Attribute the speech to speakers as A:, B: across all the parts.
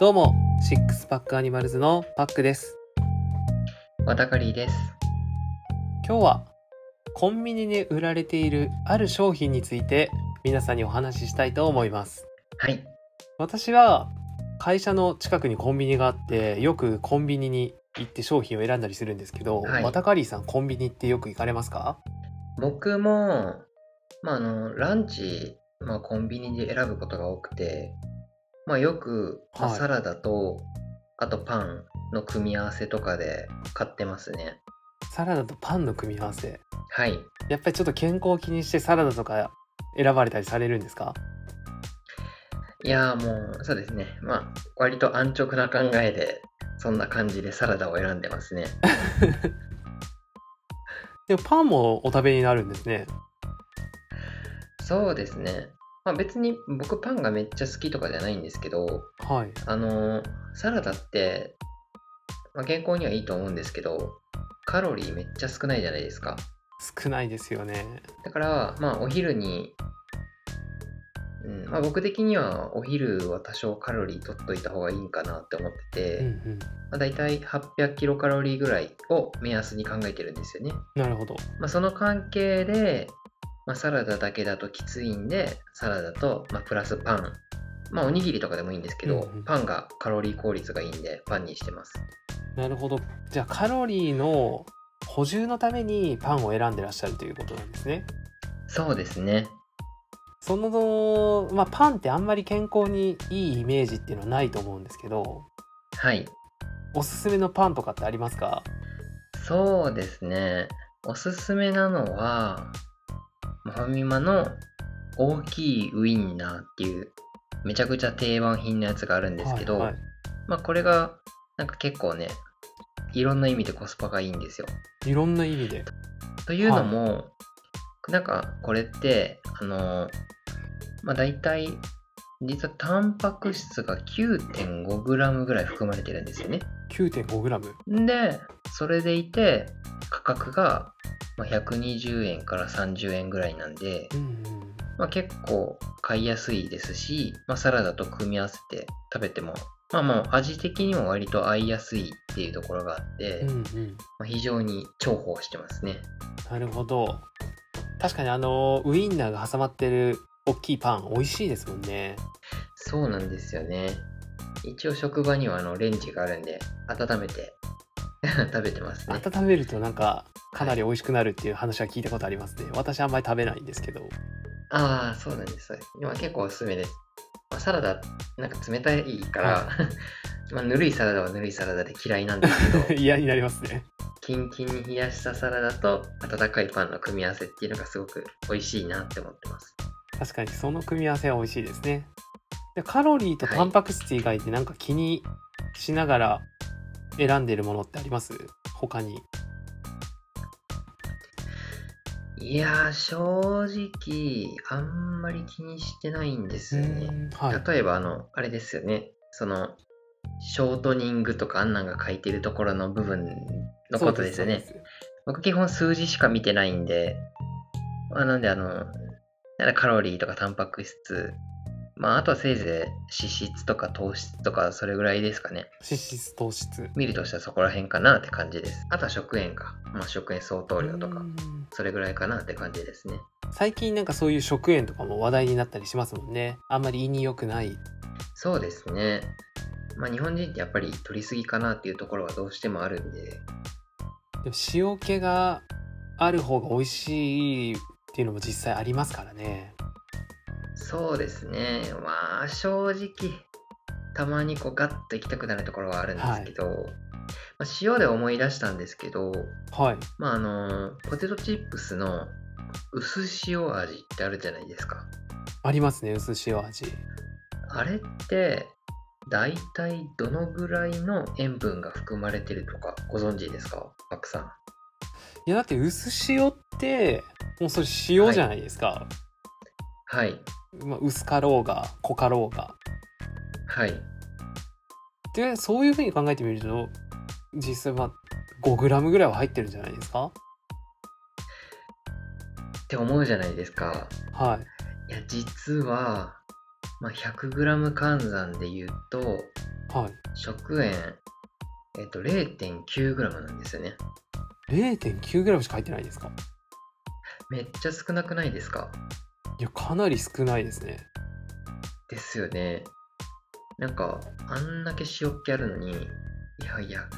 A: どうも、シックスパックアニマルズのパックです。
B: わたかりです。
A: 今日はコンビニで売られているある商品について皆さんにお話ししたいと思います。
B: はい。
A: 私は会社の近くにコンビニがあって、よくコンビニに行って商品を選んだりするんですけど、
B: はい
A: またかりーさんコンビニってよく行かれますか
B: 僕も、まあ、あの、ランチ、まあ、コンビニで選ぶことが多くて、まあ、よく、まあ
A: はい
B: サラダと、あとパンの組み合わせとかで買ってますね。
A: サラダとパンの組み合わせ。
B: はい。
A: やっぱりちょっと健康を気にしてサラダとか選ばれたりされるんですか
B: いやーもう、そうですね。まあ、割と安直な考えで、そんな感じでサラダを選んでますね。
A: でもパンもお食べになるんですね。
B: そうですね。まあ、別に僕パンがめっちゃ好きとかじゃないんですけど、
A: はい。
B: あのーサラダって、まあ、健康にはいいと思うんですけどカロリーめっちゃ少ないじゃないですか
A: 少ないですよね。
B: だからまあお昼に、うんまあ、僕的にはお昼は多少カロリー取っといた方がいいんかなって思ってて、
A: うんうん。
B: まあ、大体800キロカロリーぐらいを目安に考えてるんですよね、
A: なるほど。
B: まあ、その関係で、まあ、サラダだけだときついんでサラダと、まあ、プラスパンまあおにぎりとかでもいいんですけど、
A: うんうん
B: パンがカロリー効率がいいんでパンにしてます
A: なるほど。じゃあカロリーの補充のためにパンを選んでらっしゃるということなんですね。
B: そうですね。
A: その、まあ、パンってあんまり健康にいいイメージっていうのはないと思うんですけど、
B: はい。
A: おすすめのパンとかってありますか
B: そうですね。おすすめなのは、ファミマの大きいウインナーっていう、めちゃくちゃ定番品のやつがあるんですけど、
A: はいはい
B: まあこれが、なんか結構ね、いろんな意味でコスパがいいんですよ。
A: いろんな意味で。
B: というのも、なんかこれって、あの、まあ大体、実はタンパク質が 9.5g ぐらい含まれてるんですよね。
A: 9.5g。
B: で、それでいて、価格がまあ120円から30円ぐらいなんで
A: う、んうん。
B: まあ、結構買いやすいですし、まあ、サラダと組み合わせて食べても、まあまあ味的にも割と合いやすいっていうところがあって、
A: うんうん。
B: まあ、非常に重宝してますね。
A: なるほど。確かにあの、ウインナーが挟まってる大きいパン、美味しいですもんね。
B: そうなんですよね。一応職場にはあのレンジがあるんで、温めて 食べてますね。
A: 温めるとなんか、かなり美味しくなるっていう話は聞いたことありますね。私あんまり食べないんですけど。
B: ああ、そうなんです。今結構おすすめです。まあ、サラダ、なんか冷たいから、
A: は
B: まあぬるいサラダはぬるいサラダで嫌いなんですけど、
A: 嫌になりますね。
B: キンキンに冷やしたサラダと温かいパンの組み合わせっていうのがすごく美味しいなって思ってます。
A: 確かにその組み合わせは美味しいですねでカロリーとタンパク質以外でなんか気にしながら選んでるものってあります他に
B: いやー、正直、あんまり気にしてないんですよね。
A: はい
B: 例えば、あの、あれですよね。その、ショートニングとかあんなんが書いてるところの部分のことですよね。
A: そうです
B: 僕基本数字しか見てないんで、まあ、なんであの、なんかカロリーとかタンパク質、まああとはせいぜい脂質とか糖質とかそれぐらいですかね。
A: そうです脂質糖質
B: 見るとしたらそこら辺かなって感じです。あとは食塩か。まあ食塩相当量と
A: う
B: か、
A: ん
B: それぐらいかなって感じですね。
A: 最近なんかそういう食塩とかも話題になったりしますもんねあんまり胃に良くない
B: そうですね。まあ日本人ってやっぱり取りすぎかなっていうところはどうしてもあるんで、
A: でも塩気がある方が美味しいっていうのも実際ありますからね
B: そうですね。まあ、正直、たまにこうガッと行きたくなるところはあるんですけど、まあ、塩で思い出したんですけど、
A: はい
B: まあ、あの、ポテトチップスの薄塩味ってあるじゃないですか。
A: ありますね薄塩味
B: あれって、大体どのぐらいの塩分が含まれてるとかご存知ですかパクさん。
A: いやだって薄塩ってもうそれ塩じゃないですか、
B: はい。
A: まあ、薄かろうが濃かろうが
B: はい。
A: でそういうふうに考えてみると実際まあ 5g ぐらいは入ってるんじゃないですか
B: って思うじゃないですか。
A: はい
B: いや、実は、まあ、100g 換算で言うと、
A: は
B: 食塩、えっと、0.9g なんですよね。
A: い。0.9g しか入ってないですか
B: めっちゃ少なくないですか
A: いや、かなり少ないですね。
B: ですよね。なんか、あんだけ塩っ気あるのに、いやいや、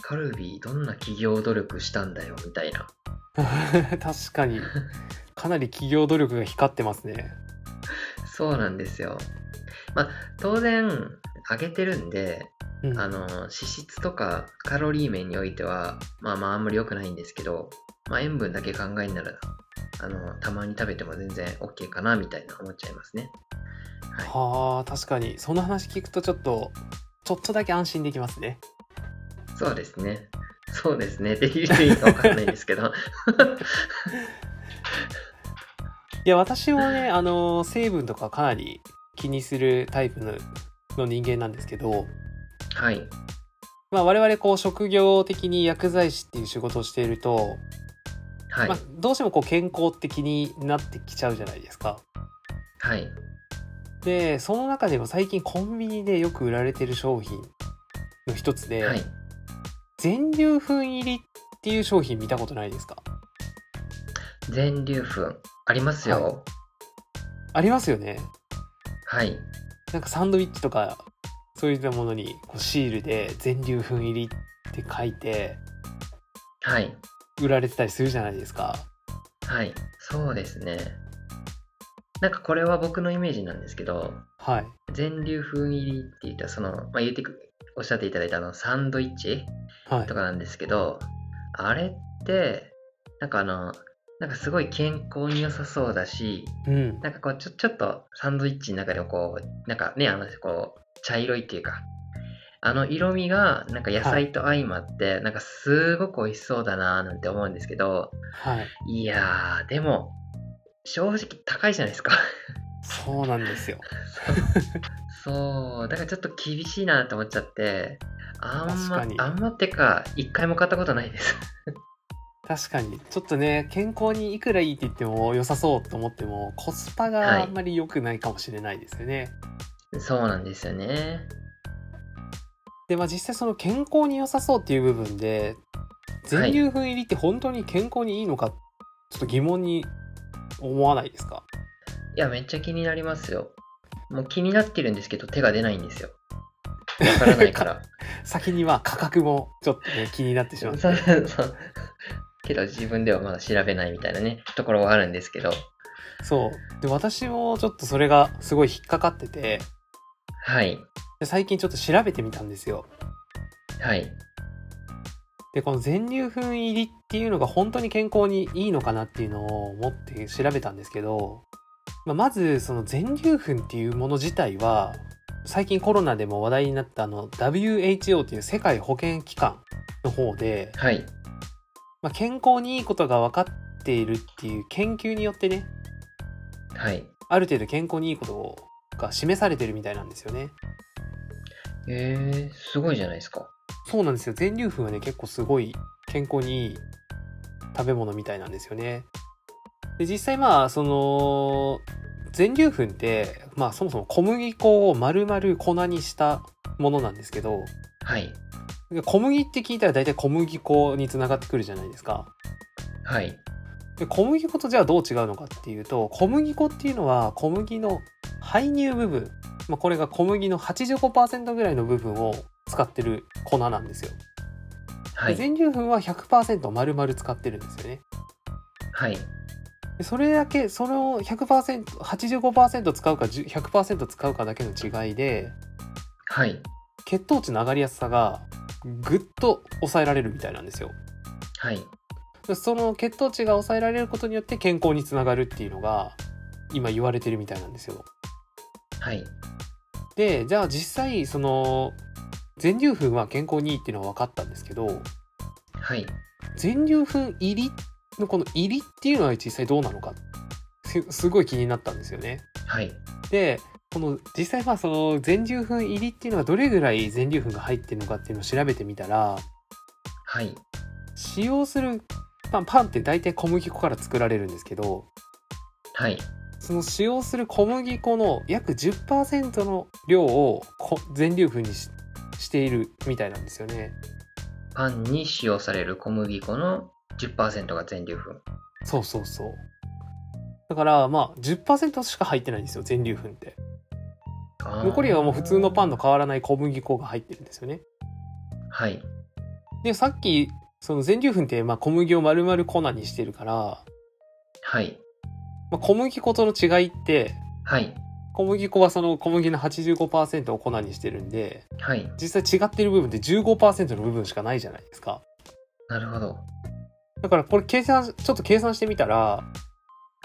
B: カルビーどんな企業努力したんだよ、みたいな。
A: 確かに、かなり企業努力が光ってますね。
B: そうなんですよ。まあ、当然、揚げてるんで、
A: うん、
B: あの、脂質とかカロリー面においては、まあまああんまり良くないんですけど、まあ塩分だけ考えんなら、あの、たまに食べても全然 OK かな、みたいな思っちゃいますね。は
A: はあ、確かに、その話聞くとちょっと、ちょっとだけ安心できますね。
B: い。そうですね。そうですね。できるいいかわかんないんですけど。
A: いや、私もね、あの、成分とかかなり気にするタイプのの人間なんですけど、
B: はい。
A: まあ、我々こう職業的に薬剤師っていう仕事をしていると、
B: はい
A: まあ。、どうしてもこう健康って気になってきちゃうじゃないですか。
B: はい。
A: でその中でも最近コンビニでよく売られてる商品の一つで、
B: はい。
A: 全粒粉入りっていう商品見たことないですか
B: 全粒粉。ありますよ。
A: ありますよね
B: はい。
A: なんかサンドイッチとかそういったものにこうシールで「全粒粉入り」って書いて
B: はい。
A: 売られてたりするじゃないですか
B: はい。そうですね。なんかこれは僕のイメージなんですけど、
A: はい
B: 全粒粉入りって言ったらその、まあ、言ってくおっしゃっていただいたあのサンドイッチ
A: はい
B: とかなんですけどあれってなんかあのなんかすごい健康に良さそうだし
A: うん
B: なんかこうちょちょっとサンドイッチの中でもこうなんかねあのこう茶色いっていうかあの色味がなんか野菜と相まって、なんかすごく美味しそうだなーなんて思うんですけど
A: はい
B: いやーでも正直高いじゃないですか
A: そうなんですよ
B: そう、だからちょっと厳しいなって思っちゃって、あん
A: 確
B: ま
A: かに、
B: あんまってか、一回も買ったことないです。
A: 確かにちょっとね健康にいくらいいって言っても良さそうと思ってもコスパ
B: はい
A: があんまり良くないかもしれないですよね、
B: そうなんですよね。
A: でまあ実際その健康に良さそうっていう部分で全粒粉入りって本当に健康にいいのかちょっと疑問に思わないですか
B: いや、めっちゃ気になりますよ。もう気になってるんですけど、手が出ないんですよ。わからないから。
A: 先には価格もちょっとね気になってし
B: そ
A: まう
B: うそうそう。 けど自分ではまだ調べないみたいなね、ところはあるんですけど。
A: そうで私もちょっとそれがすごい引っかかってて
B: はい。
A: で最近ちょっと調べてみたんですよ
B: はい。
A: でこの全粒粉入りっていうのが本当に健康にいいのかなっていうのを思って調べたんですけど、まあ、まずその全粒粉っていうもの自体は最近コロナでも話題になったあの WHO っていう世界保健機関の方で、
B: はい。
A: まあ、健康にいいことが分かっているっていう研究によってね
B: はい。
A: ある程度健康にいいことが示されてるみたいなんですよね。
B: えー、すごいじゃないですか。
A: そうなんですよ全粒粉はね結構すごい健康にいい食べ物みたいなんですよね。で実際まあその全粒粉って、まあ、そもそも小麦粉を丸々粉にしたものなんですけど
B: はい。
A: で小麦って聞いたら大体小麦粉につながってくるじゃないですか。
B: はい。
A: で小麦粉とじゃあどう違うのかっていうと小麦粉っていうのは小麦の排乳部分、まあ、これが小麦の85%ぐらいの部分を使ってる粉なんですよ。
B: は
A: で
B: い。
A: 全粒粉は100%丸々使ってるんですよね。
B: はい。
A: でそれだけその 100%85% 使うか10 100%使うかだけの違いで
B: はい。
A: 血糖値の上がりやすさがぐっと抑えられるみたいなんですよ。
B: はい。
A: でその血糖値が抑えられることによって健康につながるっていうのが今言われてるみたいなんですよ。
B: はい。
A: でじゃあ実際その全粒粉は健康にいいっていうのは分かったんですけど
B: はい。
A: 全粒粉入りのこの入りっていうのは実際どうなのかすすごい気になったんですよね。
B: はい。
A: でこの実際まあその全粒粉入りっていうのがどれぐらい全粒粉が入ってるのかっていうのを調べてみたら
B: はい。
A: 使用するパンパンって大体小麦粉から作られるんですけど
B: はい。
A: その使用する小麦粉の約10%の量をこ全粒粉にししているみたいなんですよね。
B: パンに使用される小麦粉の10%が全粒粉。
A: そうそうそう。だからまあ10%しか入ってないんですよ全粒粉って。
B: あー
A: 残りはもう普通のパン。の変わらない小麦粉が入ってるんですよね。
B: はい。
A: でさっきその全粒粉ってまあ小麦を丸々粉にしてるから、
B: はい。
A: まあ、小麦粉との違いって
B: はい。
A: 小麦粉はその小麦の85%を粉にしてるんで
B: はい。
A: 実際違ってる部分って15%の部分しかないじゃないですか。
B: なるほど。
A: だからこれ計算ちょっと計算してみたら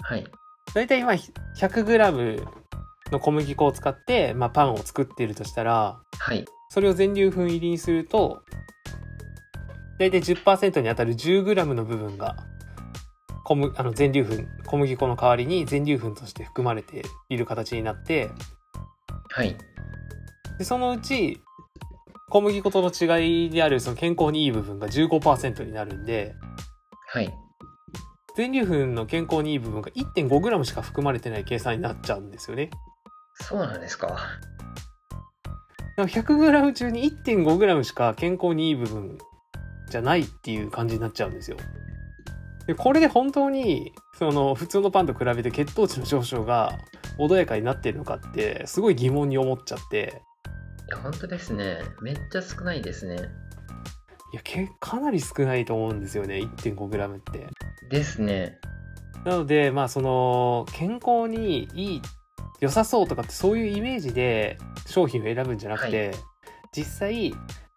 B: はい。
A: だいたい今 100g の小麦粉を使って、まあ、パンを作っているとしたら
B: はい。
A: それを全粒粉入りにすると大体10%に当たる 10g の部分が小麦あの全粒粉小麦粉の代わりに全粒粉として含まれている形になって
B: はい。
A: でそのうち小麦粉との違いであるその健康にいい部分が15%になるんで
B: はい。
A: 全粒粉の健康にいい部分が 1.5g しか含まれてない計算になっちゃうんですよね。
B: そうなんですか。
A: だから 100g 中に 1.5g しか健康にいい部分じゃないっていう感じになっちゃうんですよ。でこれで本当にその普通のパンと比べて血糖値の上昇が穏やかになってるのかってすごい疑問に思っちゃって
B: いや、本当ですね。めっちゃ少ないですね。
A: いやけかなり少ないと思うんですよね 1.5g って。
B: ですね。
A: なのでまあその健康にいい良さそうとかってそういうイメージで商品を選ぶんじゃなくて、実際、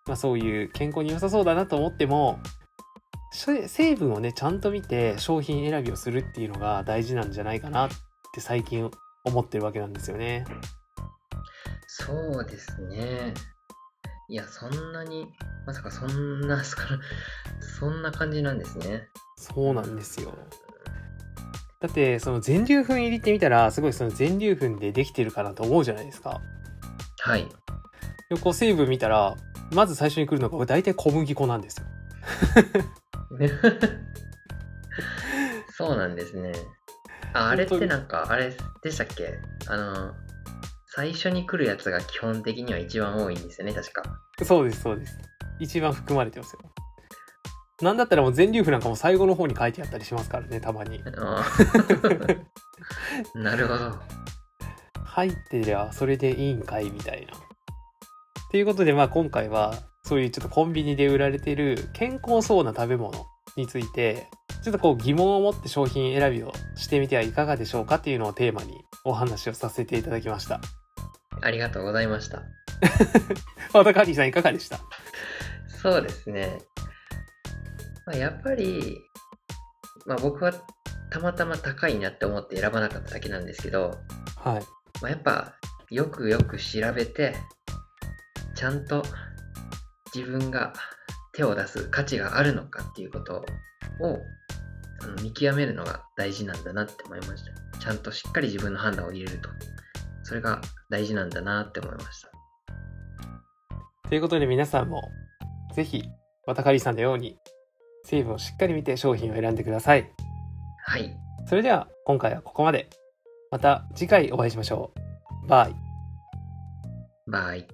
A: まあ、そういう健康に良さそうだなと思ってもし成分をねちゃんと見て商品選びをするっていうのが大事なんじゃないかなって最近思ってるわけなんですよね。
B: そうですね。いや、そんなに、まさかそんな、 そんなそんな感じなんですね。
A: そうなんですよだってその全粒粉入りって見たらすごいその全粒粉でできてるかなと思うじゃないですか。
B: はい。
A: でこう成分見たらまず最初に来るのが大体小麦粉なんですよ。
B: そうなんですね。ああれっ
A: 本当
B: て
A: に
B: なんか、あれでしたっけあの、最初に来るやつが基本的には一番多いんですよね、確か。
A: そうですそうです一番含まれてますよなんだったらもう全粒粉なんかも最後の方に書いてあったりしますからねたまに
B: あー なるほど。
A: 入ってりゃそれでいいんかいみたいなということでまあ今回はそういうちょっとコンビニで売られてる健康そうな食べ物についてちょっとこう疑問を持って商品選びをしてみてはいかがでしょうかっていうのをテーマにお話をさせていただきました
B: ありがとうございました。
A: またカーリーさんいかがでした
B: そうですね。まあ、やっぱり、まあ、僕はたまたま高いなって思って選ばなかっただけなんですけど、
A: はい
B: まあ、やっぱよくよく調べてちゃんと自分が手を出す価値があるのかっていうことをあの見極めるのが大事なんだなって思いましたちゃんとしっかり自分の判断を入れるとそれが大事なんだなって思いました
A: ということで皆さんもぜひワタカリさんのように成分をしっかり見て商品を選んでください
B: はい
A: それでは今回はここまでまた次回お会いしましょうバイ
B: バイ